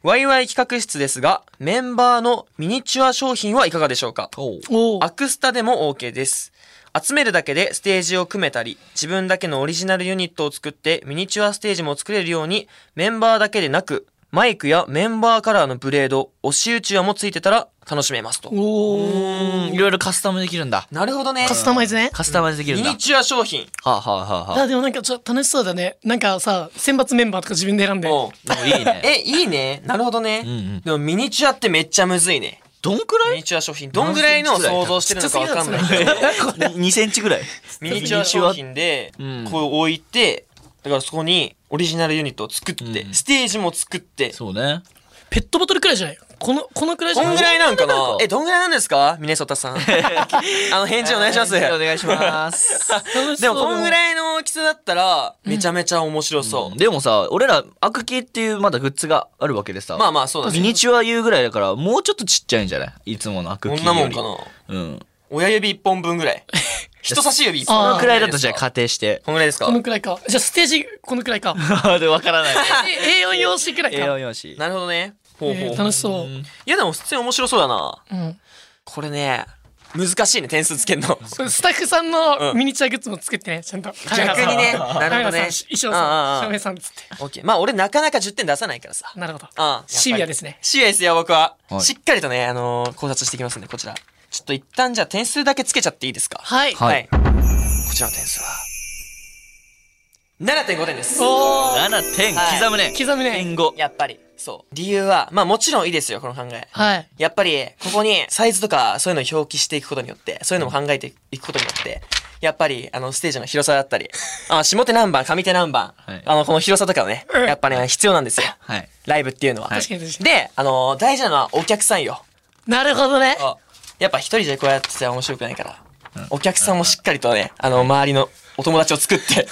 Speaker 1: ワイワイ企画室ですが、メンバーのミニチュア商品はいかがでしょうか
Speaker 2: おう
Speaker 3: おお
Speaker 1: アクスタでも OK です。集めるだけでステージを組めたり、自分だけのオリジナルユニットを作ってミニチュアステージも作れるように、メンバーだけでなく、マイクやメンバーカラーのブレード、押し打ち輪もついてたら楽しめますと。
Speaker 3: おお
Speaker 2: うん、いろいろカスタムできるんだ。
Speaker 1: なるほどね。
Speaker 3: カスタマイズね
Speaker 2: カスタマイズできる
Speaker 1: ミ
Speaker 2: んだ。
Speaker 1: ニチュア商品。
Speaker 2: はあ、はあはあは
Speaker 3: あでもなんかちょっと楽しそうだねなんかさ選抜メンバーとか自分で選んで
Speaker 1: おう
Speaker 2: あ、でもいいね。
Speaker 1: え、いいね。なるほどね。
Speaker 2: んうん
Speaker 1: でもミニチュアってめっちゃむずいね。
Speaker 2: どんくら
Speaker 1: ミニチュア商品どんぐらいの想像してるのかわかんないけど
Speaker 2: い ?2 センチぐらい。
Speaker 1: ミニチュア商品で
Speaker 2: うん
Speaker 1: こう置いてだからそこにオリジナルユニットを作って、
Speaker 2: うん
Speaker 1: ステージも作って
Speaker 2: そうね。
Speaker 3: ペットボトルくらいじゃないこのこのくらいじ
Speaker 1: ど
Speaker 3: ゃない
Speaker 1: んぐらいなんか
Speaker 2: どんぐらいな
Speaker 1: な
Speaker 2: の
Speaker 1: えどんぐらいなんですかミネソタ さんあの返事お願いします、
Speaker 2: お願いします。
Speaker 3: 楽し
Speaker 1: で
Speaker 3: そう
Speaker 1: もこんぐらいの大きさだったらめちゃめちゃ面白そう、
Speaker 2: でもさ、俺ら、アクキーっていうまだグッズがあるわけでさ。
Speaker 1: まあまあそうだ
Speaker 2: ミ
Speaker 1: ね
Speaker 2: ニチュア言うぐらいだから、もうちょっとちっちゃいんじゃないいつものアクキ
Speaker 1: こ
Speaker 2: ー
Speaker 1: んなも
Speaker 2: よ
Speaker 1: ん
Speaker 2: り。
Speaker 1: かな
Speaker 2: うん。
Speaker 1: 親指一本分ぐらい人差し指
Speaker 3: あ
Speaker 2: こ
Speaker 3: ー
Speaker 2: のくらいだとじゃあ仮定して。
Speaker 1: こんぐらいですか
Speaker 3: このくらいかじゃあステージこのくらいか
Speaker 2: で、わからない。
Speaker 3: え A4 用紙くらいか、
Speaker 2: A4 用紙。
Speaker 1: なるほどねほうほう、
Speaker 3: えー楽しそう、
Speaker 1: いやでも普通に面白そうだな
Speaker 3: うん、
Speaker 1: これね難しいね点数つけんの
Speaker 3: これスタッフさんのミニチュアグッズも作ってねちゃんと
Speaker 1: 逆にねなるほど
Speaker 3: カメラさん
Speaker 1: ね
Speaker 3: 衣装
Speaker 1: あああ
Speaker 3: さん
Speaker 1: あ
Speaker 3: 照明さんっつって
Speaker 1: オッケーまあ俺なかなか10点出さないからさ
Speaker 3: なるほど
Speaker 1: ああ
Speaker 3: シビアですね
Speaker 1: シビアですよ僕は、
Speaker 2: はい
Speaker 1: しっかりとねあのー考察していきますんでこちらちょっと一旦じゃあ点数だけつけちゃっていいですか
Speaker 3: はい、
Speaker 2: はい
Speaker 1: こちらの点数は7.5点です
Speaker 3: おー
Speaker 2: 7点、
Speaker 1: はい
Speaker 2: 刻むね。
Speaker 3: 刻むね
Speaker 2: 点5。
Speaker 1: やっぱりそう理由はまあもちろんいいですよこの考え
Speaker 3: はい
Speaker 1: やっぱりここにサイズとかそういうのを表記していくことによってそういうのも考えていくことによってやっぱりあのステージの広さだった りあ下手何番上手何番、
Speaker 2: はい
Speaker 1: あのこの広さとかをね
Speaker 3: うん
Speaker 1: やっぱね必要なんですよ
Speaker 2: はい。
Speaker 1: ライブっていうのは、
Speaker 3: 確かに確か
Speaker 1: であの大事なのはお客さんよ
Speaker 3: なるほどね
Speaker 1: やっぱ一人でこうやってたら面白くないから、お客さんもしっかりとねあの周りのお友達を作って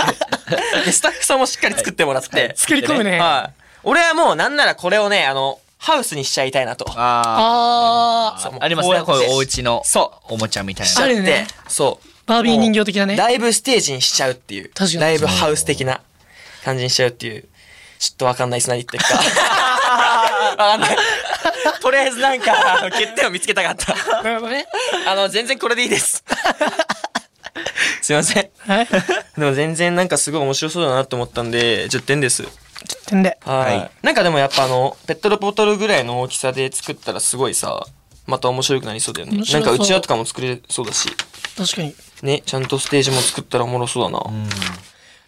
Speaker 1: でスタッフさんもしっかり作ってもらって、
Speaker 3: 作り込むね
Speaker 1: はい俺はもうなんならこれをねあのハウスにしちゃいたいなと
Speaker 2: あ
Speaker 3: あ
Speaker 1: そうも
Speaker 2: あ
Speaker 1: う。
Speaker 2: ありますね。
Speaker 1: こ
Speaker 2: こ
Speaker 1: うや
Speaker 2: う
Speaker 1: って
Speaker 2: いうお家の
Speaker 1: そ
Speaker 2: おもちゃみたい
Speaker 1: しちゃ
Speaker 2: な
Speaker 1: っ
Speaker 3: あ
Speaker 1: て、
Speaker 3: るね
Speaker 1: そう
Speaker 3: バービー人形的なね
Speaker 1: ライブステージにしちゃうっていう
Speaker 3: 確かに
Speaker 1: ライブハウス的な感じにしちゃうっていうちょっとわかんないです何言 ってるかわかんないとりあえずなんかあの欠点を見つけたかった
Speaker 3: あなるほどね
Speaker 1: あの全然これでいいです すいません
Speaker 3: はい
Speaker 1: でも全然なんかすごい面白そうだなと思ったんで10点です
Speaker 3: 点で
Speaker 1: はい、
Speaker 2: はい
Speaker 1: なんかでもやっぱあのペットボトルぐらいの大きさで作ったらすごいさまた面白くなりそうだよね
Speaker 3: 面
Speaker 1: な
Speaker 3: 白
Speaker 1: ん
Speaker 3: そ
Speaker 1: か
Speaker 3: う
Speaker 1: うちわとかも作れそうだし
Speaker 3: 確かに
Speaker 1: ね、ちゃんとステージも作ったらおもろそうだな。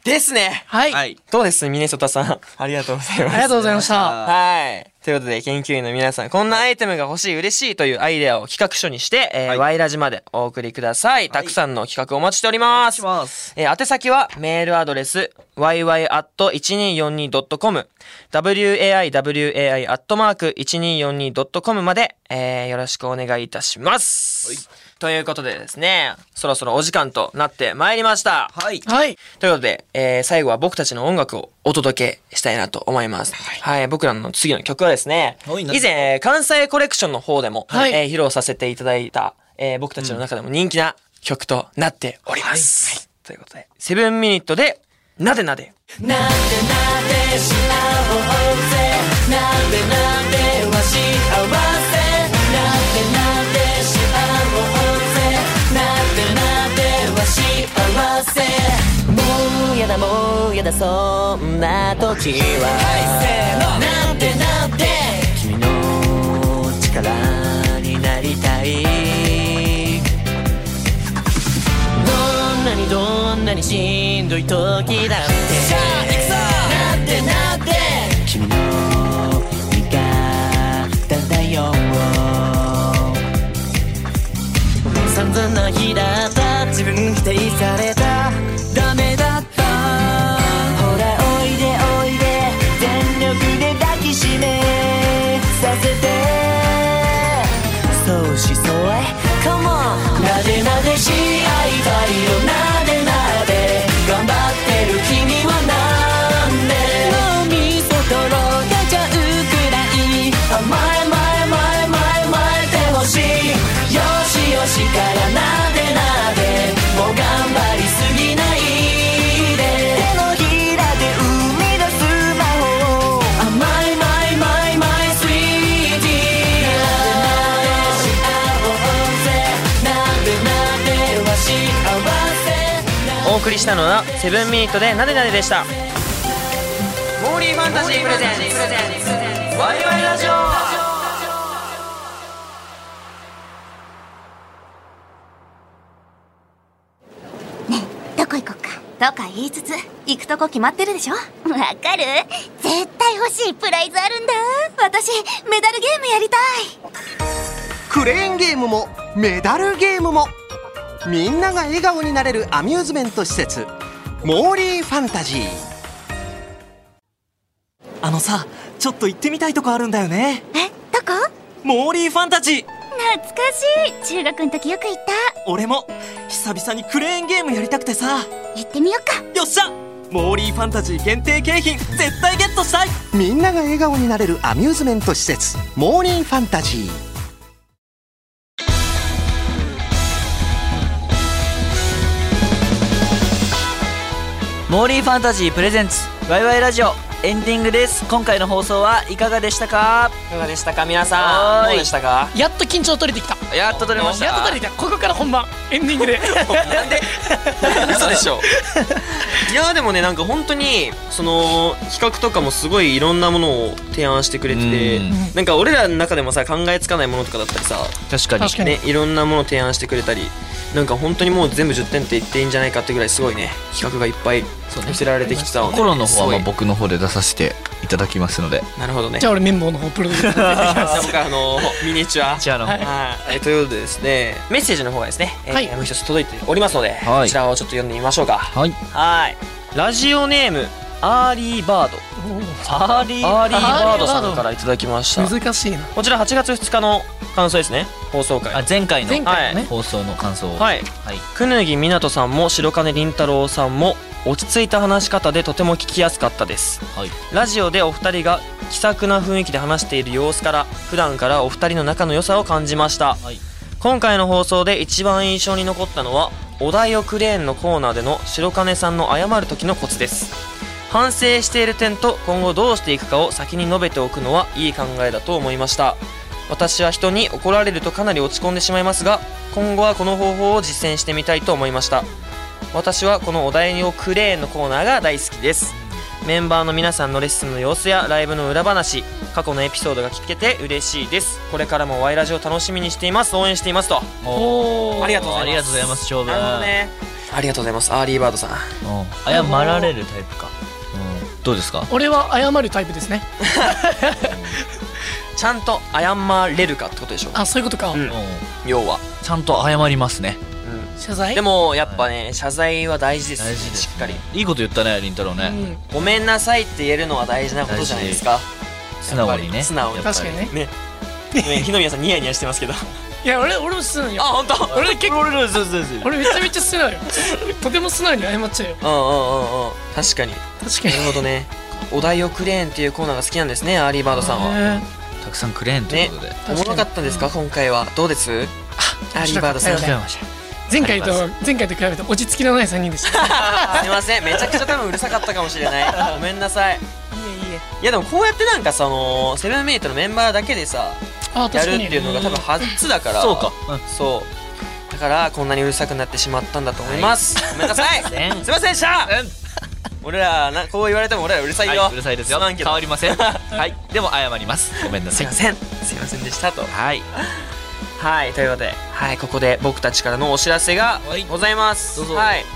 Speaker 1: ですね
Speaker 3: はい、
Speaker 2: はい。
Speaker 1: どうですミネソタさん。ありがとうございます。
Speaker 3: ありがとうございました
Speaker 1: はい。ということで、研究員の皆さん、こんなアイテムが欲しい、嬉しいというアイデアを企画書にして、えー
Speaker 2: はい
Speaker 1: ワイラジまでお送りください。たくさんの企画お待ちしております。
Speaker 2: ます。
Speaker 1: えー宛先はメールアドレス yy.1242.com waiwai.1242.com まで、えーよろしくお願いいたします。ということでですね、そろそろお時間となってまいりました。
Speaker 2: はい。
Speaker 3: はい
Speaker 1: ということで、えー最後は僕たちの音楽をお届けしたいなと思います。はい、僕らの次の曲はですね、
Speaker 2: はい
Speaker 1: 以前、えー関西コレクションの方でも、
Speaker 3: はい
Speaker 1: えー披露させていただいた、えー僕たちの中でも人気な曲となっております。はいということで、セブンミニットで、なでなで。
Speaker 7: もうやだもうやだそんな時は、なんてなんて君の力になりたいどんなにどんなにしんどい時だってなんてなんて君の味方だよ散々な日だった自分否定されたダメだったほらおいでおいで全力で抱きしめさせてそうしそうへ Come on なでなでし合いたいよなでなで頑張ってる君はなんで脳みそとろけちゃうくらい甘えまえまえまえまえてほしいよしよしからなでなでもう頑張りすぎないで手のひらで生み出す魔法甘いマイマイマイスイーティーなでなでしあおうぜなでなでは幸せ
Speaker 1: お送りしたのは、セブンミニットで、なでなででした。モーリーファンタジープレゼンツ、ワイワイラジオ
Speaker 4: どこ行こっかとか言いつつ行くとこ決まってるでしょわかる絶対欲しいプライズあるんだ私メダルゲームやりたい
Speaker 5: クレーンゲームもメダルゲームもみんなが笑顔になれるアミューズメント施設モーリーファンタジー
Speaker 6: あのさちょっと行ってみたいとこあるんだよね
Speaker 4: えどこ
Speaker 6: モーリーファンタジー
Speaker 4: 懐かしい中学の時よく行っ
Speaker 6: 俺も久々にクレーンゲームやりたくてさ
Speaker 4: た行ってみようか
Speaker 6: よっしゃモーリーファンタジー限定景品絶対ゲットしたい
Speaker 5: みんなが笑顔になれるアミューズメント施設モーリーファンタジー
Speaker 7: モーリーファンタジープレゼンツワイワイラジオエンディングです今回の放送はいかがでしたか
Speaker 1: いかがでしたか皆さ
Speaker 7: は
Speaker 1: ん
Speaker 7: ーい
Speaker 1: どうでしたか
Speaker 3: やっと緊張取れてきた
Speaker 2: やっと取れました
Speaker 3: やっと取れてきたここから本番エンディングで
Speaker 1: 嘘でしょいやでもねなんか本当にその企画とかもすごいいろんなものを提案してくれてて
Speaker 2: うん
Speaker 1: なんか俺らの中でもさ考えつかないものとかだったりさ、
Speaker 2: 確かに
Speaker 3: 確かに
Speaker 1: ね、いろんなものを提案してくれたりなんか本当にもう全部10点って言っていいんじゃないかってぐらいすごいね企画がいっぱい見せられてきてたので
Speaker 2: コロの方はまあ
Speaker 1: すごい
Speaker 2: 僕の方で出させていただきますので
Speaker 1: なるほどね
Speaker 3: じゃあ俺綿棒の方プロデューサー
Speaker 1: じゃあ僕はあのミニチュア
Speaker 2: チュアの方
Speaker 1: はいえということでですねメッセージの方がですね、えー
Speaker 3: はい
Speaker 1: もう一つ届いておりますので、
Speaker 2: はい
Speaker 1: こちらをちょっと読んでみましょうか
Speaker 2: はい
Speaker 1: はいラジオネームアーリーバード
Speaker 2: アーリ
Speaker 1: アーリーバード
Speaker 3: アーリーバー
Speaker 1: さ
Speaker 3: ド
Speaker 1: んからいただきました
Speaker 3: 難しいな
Speaker 1: こちら8月2日の感想ですね放送
Speaker 2: あ
Speaker 1: 回
Speaker 2: 前回
Speaker 3: 前
Speaker 2: の
Speaker 3: 回のね、
Speaker 2: 放送の感想を
Speaker 1: はい
Speaker 2: はい
Speaker 1: くぬぎみなとさんも白金凛太郎さんも落ち着いた話し方でとても聞きやすかったです
Speaker 2: はい
Speaker 1: ラジオでお二人が気さくな雰囲気で話している様子から普段からお二人の仲の良さを感じました、
Speaker 2: はい
Speaker 1: 今回の放送で一番印象に残ったのはお題をクレーンのコーナーでの白金さんの謝る時のコツです反省している点と今後どうしていくかを先に述べておくのはいい考えだと思いました私は人に怒られるとかなり落ち込んでしまいますが今後はこの方法を実践してみたいと思いました私はこのお題をクレーンのコーナーが大好きですメンバーの皆さんのレッスンの様子やライブの裏話過去のエピソードが聞けて嬉しいですこれからもワイラジオ楽しみにしています応援していますと
Speaker 2: お
Speaker 1: ありがとうございます
Speaker 2: ありがとうございます勝負
Speaker 1: なるほどねありがとうございますアーリーバードさん
Speaker 2: 謝られるタイプかうんどうですか
Speaker 3: 俺は謝るタイプですね
Speaker 1: ちゃんと謝れるかってことでしょ
Speaker 3: あそういうことか、
Speaker 1: うん
Speaker 2: うん
Speaker 1: 要は、
Speaker 2: ちゃんと謝りますね
Speaker 3: 謝罪
Speaker 1: でもやっぱね謝罪は大事です
Speaker 2: 大事です
Speaker 1: しっかり
Speaker 2: いいこと言ったねりんたろう
Speaker 3: う
Speaker 2: ね
Speaker 3: ん
Speaker 1: ごめんなさいって言えるのは大事なことじゃないですか
Speaker 2: 素直にね
Speaker 1: 素直に
Speaker 2: やっぱり
Speaker 3: 確かにね
Speaker 1: ねね日の宮さんニヤニヤしてますけど あ
Speaker 3: いや俺俺も素直よ
Speaker 1: 本当
Speaker 3: 俺結構
Speaker 2: 俺らそうそうそう
Speaker 3: 俺めちゃめちゃ素直よ とても素直に謝っちゃうよ
Speaker 1: うんうんうんうん確かに
Speaker 3: 確か
Speaker 1: な
Speaker 3: に
Speaker 1: るほどねお題をくれんっていうコーナーが好きなんですねアーリーバードさんは
Speaker 3: ね
Speaker 2: たくさんくれんということで
Speaker 1: おもろかったですか今回はどうですアーリーバードさん
Speaker 3: 面
Speaker 1: す
Speaker 3: 白
Speaker 1: い
Speaker 3: か
Speaker 2: ました
Speaker 3: 前回と前回と比べて落ち着きのない3人でしたい
Speaker 1: ませんめちゃくちゃ多分うるさかったかもしれないごめんなさい
Speaker 3: えいえ
Speaker 1: いやでもこうやってなんかそのセブンミニットのメンバーだけでさ
Speaker 3: あ
Speaker 1: やる
Speaker 3: 確か
Speaker 1: っ
Speaker 3: に
Speaker 1: ていうのが多分初だから
Speaker 2: そうかうん
Speaker 1: そうだからこんなにうるさくなってしまったんだと思います、ごめんなさいす
Speaker 2: せん
Speaker 1: いませんでした俺らなこう言われても俺らうるさいよ、
Speaker 2: はいうるさいですよ
Speaker 1: すまんけ
Speaker 2: 変
Speaker 1: ど
Speaker 2: わりません はいでも謝りますごめんな
Speaker 1: す
Speaker 2: さ
Speaker 1: い
Speaker 2: い
Speaker 1: ませんすいませんでしたと
Speaker 2: はい
Speaker 1: はいということで、はい、ここで僕たちからのお知らせが
Speaker 2: はい
Speaker 1: ございます、
Speaker 2: どう
Speaker 1: はい
Speaker 2: ぞ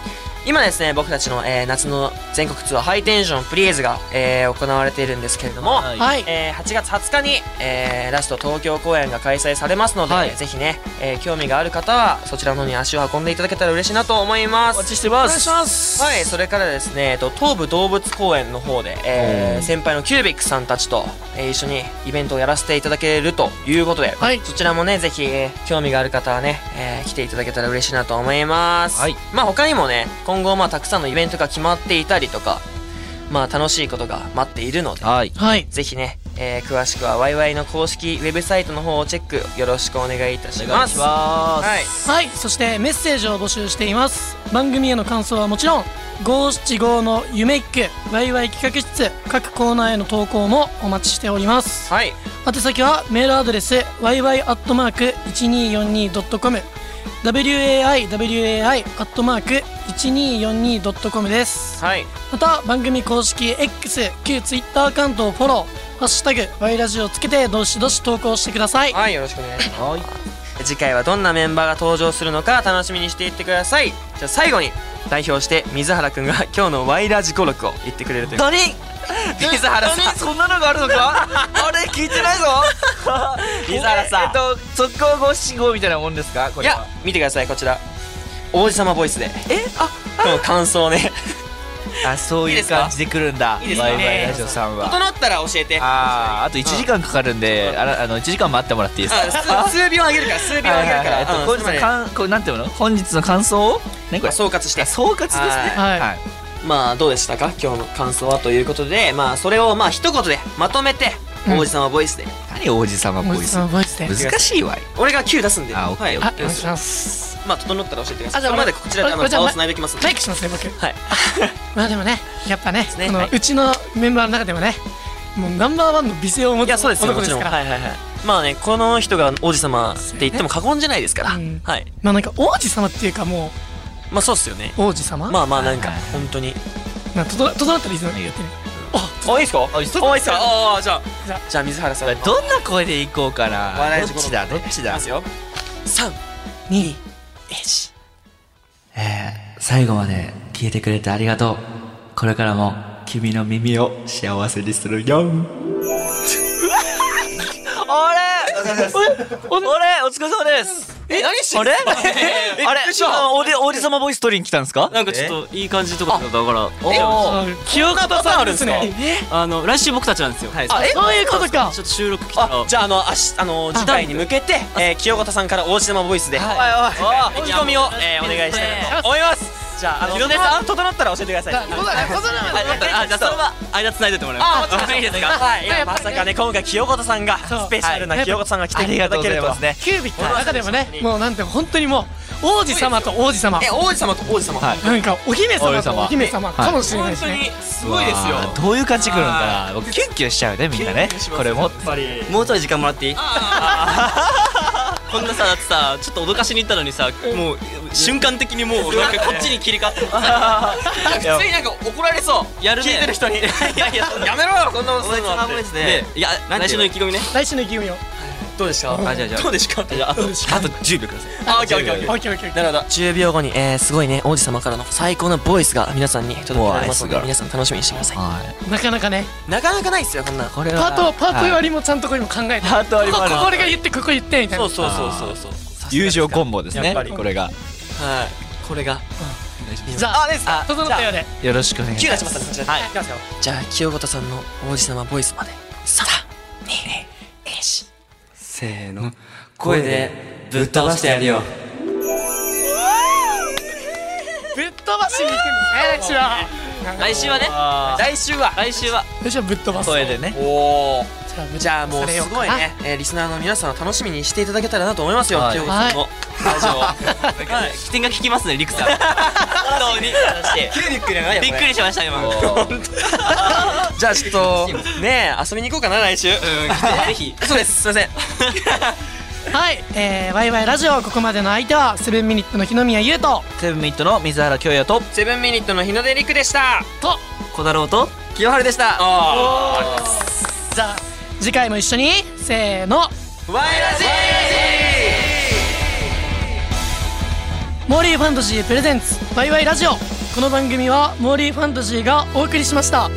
Speaker 1: 今ですね僕たちの、えー夏の全国ツアーハイテンションプリーズが、えー行われているんですけれども、
Speaker 2: はい
Speaker 3: はい
Speaker 1: えー8月20日に、えーラスト東京公演が開催されますので、
Speaker 2: はい
Speaker 1: ぜひね、えー興味がある方はそちらの方に足を運んでいただけたら嬉しいなと思いま
Speaker 2: お
Speaker 1: す
Speaker 2: 待ちしてます
Speaker 3: す
Speaker 1: はい、それからですね、えっと、東武動物公園の方で、えー
Speaker 2: うん
Speaker 1: 先輩のキュービックさんたちと、えー一緒にイベントをやらせていただけるということで、
Speaker 3: はい
Speaker 1: そちらもね、ぜひ、えー興味がある方はね、えー来ていただけたら嬉しいなと思います。
Speaker 2: はい
Speaker 1: まあ、他にもね、今後、まあ、たくさんのイベントが決まっていたりとか、まあ、楽しいことが待っているので、
Speaker 2: はい
Speaker 3: はい
Speaker 1: ぜひね、えー詳しくはワイワイの公式ウェブサイトの方をチェックよろしくお願いいたし
Speaker 2: お願
Speaker 1: ま
Speaker 2: いし
Speaker 1: す。
Speaker 2: ます
Speaker 1: はい
Speaker 3: はいそしてメッセージを募集しています番組への感想はもちろん575の夢一句ワイワイ企画室各コーナーへの投稿もお待ちしております
Speaker 1: はい、
Speaker 3: 宛先はメールアドレス yy.1242.com waiwai.1242.com です
Speaker 1: はい、
Speaker 3: また番組公式 X 旧 Twitter アカウントをフォロー「ハッシュタグワイラジ」をつけてどしどし投稿してください
Speaker 1: はい、よろしくお願いします。
Speaker 2: はい
Speaker 1: 次回はどんなメンバーが登場するのか楽しみにしていってくださいじゃあ最後に代表して水原くんが 今日のワイラジ語録を言ってくれるという
Speaker 2: 何
Speaker 1: 水原さん
Speaker 2: そんなのがあるのか あれ聞いてないぞ
Speaker 1: 水原さん
Speaker 2: えっと速攻五七五みたいなもんですかこ
Speaker 1: い
Speaker 2: れ
Speaker 1: や
Speaker 2: は
Speaker 1: 見てくださいこちら王子様ボイスでえあこの感想をね
Speaker 2: あそういう感じで来るんだ
Speaker 1: いいですか
Speaker 2: バイバイラジオさんは
Speaker 1: 整ったら教えてあ
Speaker 2: あーあと1時間かかるんであらあの1時間待ってもらっていいですか
Speaker 1: 数数秒あげるから数秒あ
Speaker 2: はい
Speaker 1: げる
Speaker 2: は
Speaker 1: か
Speaker 2: いはいえ
Speaker 1: ら
Speaker 2: っと
Speaker 1: うん
Speaker 2: 本日
Speaker 1: つま
Speaker 2: の
Speaker 1: り
Speaker 2: かんこうなんていうの本日の感想をねこれ
Speaker 1: 総括して
Speaker 2: あ総括ですね
Speaker 1: はい
Speaker 3: はい
Speaker 1: まあどうでしたか今日の感想はということでまあそれをまあ一言でまとめて
Speaker 3: うん
Speaker 1: 王子様ボイスで
Speaker 2: 何王子様っぽい
Speaker 3: もう一度ボイスで
Speaker 2: 難しいわい
Speaker 1: 俺が9出すんで
Speaker 2: あオッケー
Speaker 1: はい
Speaker 2: オ
Speaker 3: あお願いします
Speaker 1: まあ整ったら教えてくださ
Speaker 3: あ
Speaker 1: い
Speaker 3: じゃ
Speaker 1: それ
Speaker 3: あ
Speaker 1: までこちらであの
Speaker 3: こちら
Speaker 1: 場をつないでおきますんで
Speaker 3: マイクしますね僕
Speaker 1: はい
Speaker 3: まあでもねやっぱね
Speaker 1: ね
Speaker 3: この
Speaker 1: はいう
Speaker 3: ちのメンバーの中でもねもうナンバーワンの美声を持
Speaker 1: い
Speaker 3: つ
Speaker 1: やそうですよ
Speaker 3: 男
Speaker 1: も
Speaker 3: で
Speaker 1: ち
Speaker 3: す
Speaker 1: ろん
Speaker 3: か
Speaker 1: はい
Speaker 3: ら
Speaker 1: はいはいまあねこの人が王子様って言っても過言じゃないですから、
Speaker 3: うん
Speaker 1: はい
Speaker 3: まあなんか王子様っていうかも
Speaker 1: まあそうっすよね
Speaker 3: う王子様
Speaker 1: まあまあなんか
Speaker 2: はいはい
Speaker 1: 本当に
Speaker 3: まあ整整ったらいいですよねやってみる
Speaker 1: あいいですかあいいですかああーじゃあ
Speaker 3: じゃあ
Speaker 1: じゃあ水原さん
Speaker 2: どんな声でいこうか
Speaker 1: 笑
Speaker 2: な。
Speaker 1: い
Speaker 2: ど
Speaker 1: 事
Speaker 2: っちだ、どっちだ
Speaker 1: ます。よ三
Speaker 3: 2
Speaker 2: えー最後まで聞いてくれてありがとう。これからも君の耳を幸せにするよ。あれおれお疲れ様です
Speaker 1: え何して
Speaker 2: あれ
Speaker 1: え
Speaker 2: あれ今王子王子様ボイス取りに来たんですか
Speaker 6: なんかちょっといい感じとかだから
Speaker 2: おー
Speaker 3: 清方さんですね
Speaker 6: あの来週僕たちなんですよはいちょっ
Speaker 3: あそういうことか
Speaker 6: と収録来たら
Speaker 1: あじゃああのあしあの次回に向けて、えー、清方さんから王子様ボイスで、はい、意気込みを、えー、お願いしたいと思いますじゃああの皆さん整ったら教えてください
Speaker 3: あそうだねそうだね
Speaker 6: あじゃあそのまま間つないでてもらいます
Speaker 1: あー、もちろんいいですか。はい、いやまさかね、今回清方さんが、
Speaker 3: そう
Speaker 1: スペシャルな清方さんが来ていただけるとは。
Speaker 2: ね。
Speaker 3: キュービットの中でもねもうなんて本当にもう王子様と王子様
Speaker 1: え、王子様と王子様。
Speaker 2: はい
Speaker 3: なんかお姫様とお姫様
Speaker 2: 王子様
Speaker 3: かもしれな
Speaker 1: 本
Speaker 3: いです
Speaker 1: 当
Speaker 3: ね
Speaker 1: に、すごいですよ。
Speaker 2: わあどういう感じくるのかな。僕キュンキュンしちゃうね、みんなね。これも。
Speaker 6: もうちょい時間もらっていい こんなさだってさちょっと脅かしに行ったのにさもう瞬間的にもうなんかこっちに切り替わって
Speaker 1: 普通になんか怒られそう。
Speaker 6: やるね
Speaker 1: 聞いてる人に。い
Speaker 6: やいやそんな
Speaker 1: やめろよ、こんなのするのって。
Speaker 6: でいや来週の意気込みね
Speaker 3: 来週の意気込みを
Speaker 1: どうでした
Speaker 6: あじゃあじゃあ
Speaker 1: どうでした
Speaker 6: じゃああとあと10秒ください
Speaker 1: あ、オッケーオッケーオッケー。
Speaker 3: オッケーオッケー
Speaker 1: なるほど10秒後に、えー、すごいね王子様からの最高のボイスが皆さんに届けられますの
Speaker 2: ボ
Speaker 1: で
Speaker 2: イスが
Speaker 1: 皆さん楽しみにしてください
Speaker 2: はい。
Speaker 3: なかなかね
Speaker 1: なかなかないっすよこんなこれ
Speaker 3: パートパート割りもちゃんとこれも考えて
Speaker 2: ハートあり
Speaker 3: ここ
Speaker 2: ま
Speaker 3: ここ俺が言ってここ言ってみたい
Speaker 1: そ
Speaker 3: な
Speaker 1: うそうそうそうそう
Speaker 2: 友情コンボです
Speaker 1: や
Speaker 2: ね
Speaker 1: っぱり。
Speaker 2: これが。
Speaker 1: はいこれが
Speaker 3: じゃあ
Speaker 1: ですか
Speaker 3: 整ったようで
Speaker 2: よろしくお願い
Speaker 1: キ
Speaker 2: し
Speaker 1: ュー出
Speaker 2: ま。
Speaker 1: しますすねはいますよじゃあ清方さんの王子様ボイスまでさらに
Speaker 6: せーの声でぶっ飛ばしてやるよ
Speaker 3: ぶっ飛ばしに行くんですね来週は
Speaker 6: 来週はね
Speaker 1: 来週は
Speaker 6: 来週は
Speaker 3: 来週はぶっ飛ばす
Speaker 2: 声でね。
Speaker 1: おお
Speaker 3: じゃあぶっ
Speaker 1: じゃあもうすごいね、えー、リスナーの皆さんは楽しみにしていただけたらなと思いますよ、
Speaker 2: はい
Speaker 1: 清方さんのラジオをはい
Speaker 6: 起点が効きますねリクさん本当に
Speaker 1: びっくりやな
Speaker 6: びっくりしました今
Speaker 1: じゃあちょっとねえ遊びに行こうかな来週
Speaker 6: ぜひ
Speaker 1: そうですすいません
Speaker 3: はいえーワイワイラジオここまでの相手はセブンミニットの日野宮優斗
Speaker 2: セブンミットの水原京也と。
Speaker 1: セブンミニットの日の出陸でした
Speaker 3: と
Speaker 6: 小太郎と
Speaker 1: 清春でした
Speaker 3: じゃあ次回も一緒にせーの
Speaker 1: ワイラジ
Speaker 3: モーリーファンタジープレゼンツワイワイラジオこの番組はモーリーファンタジーがお送りしました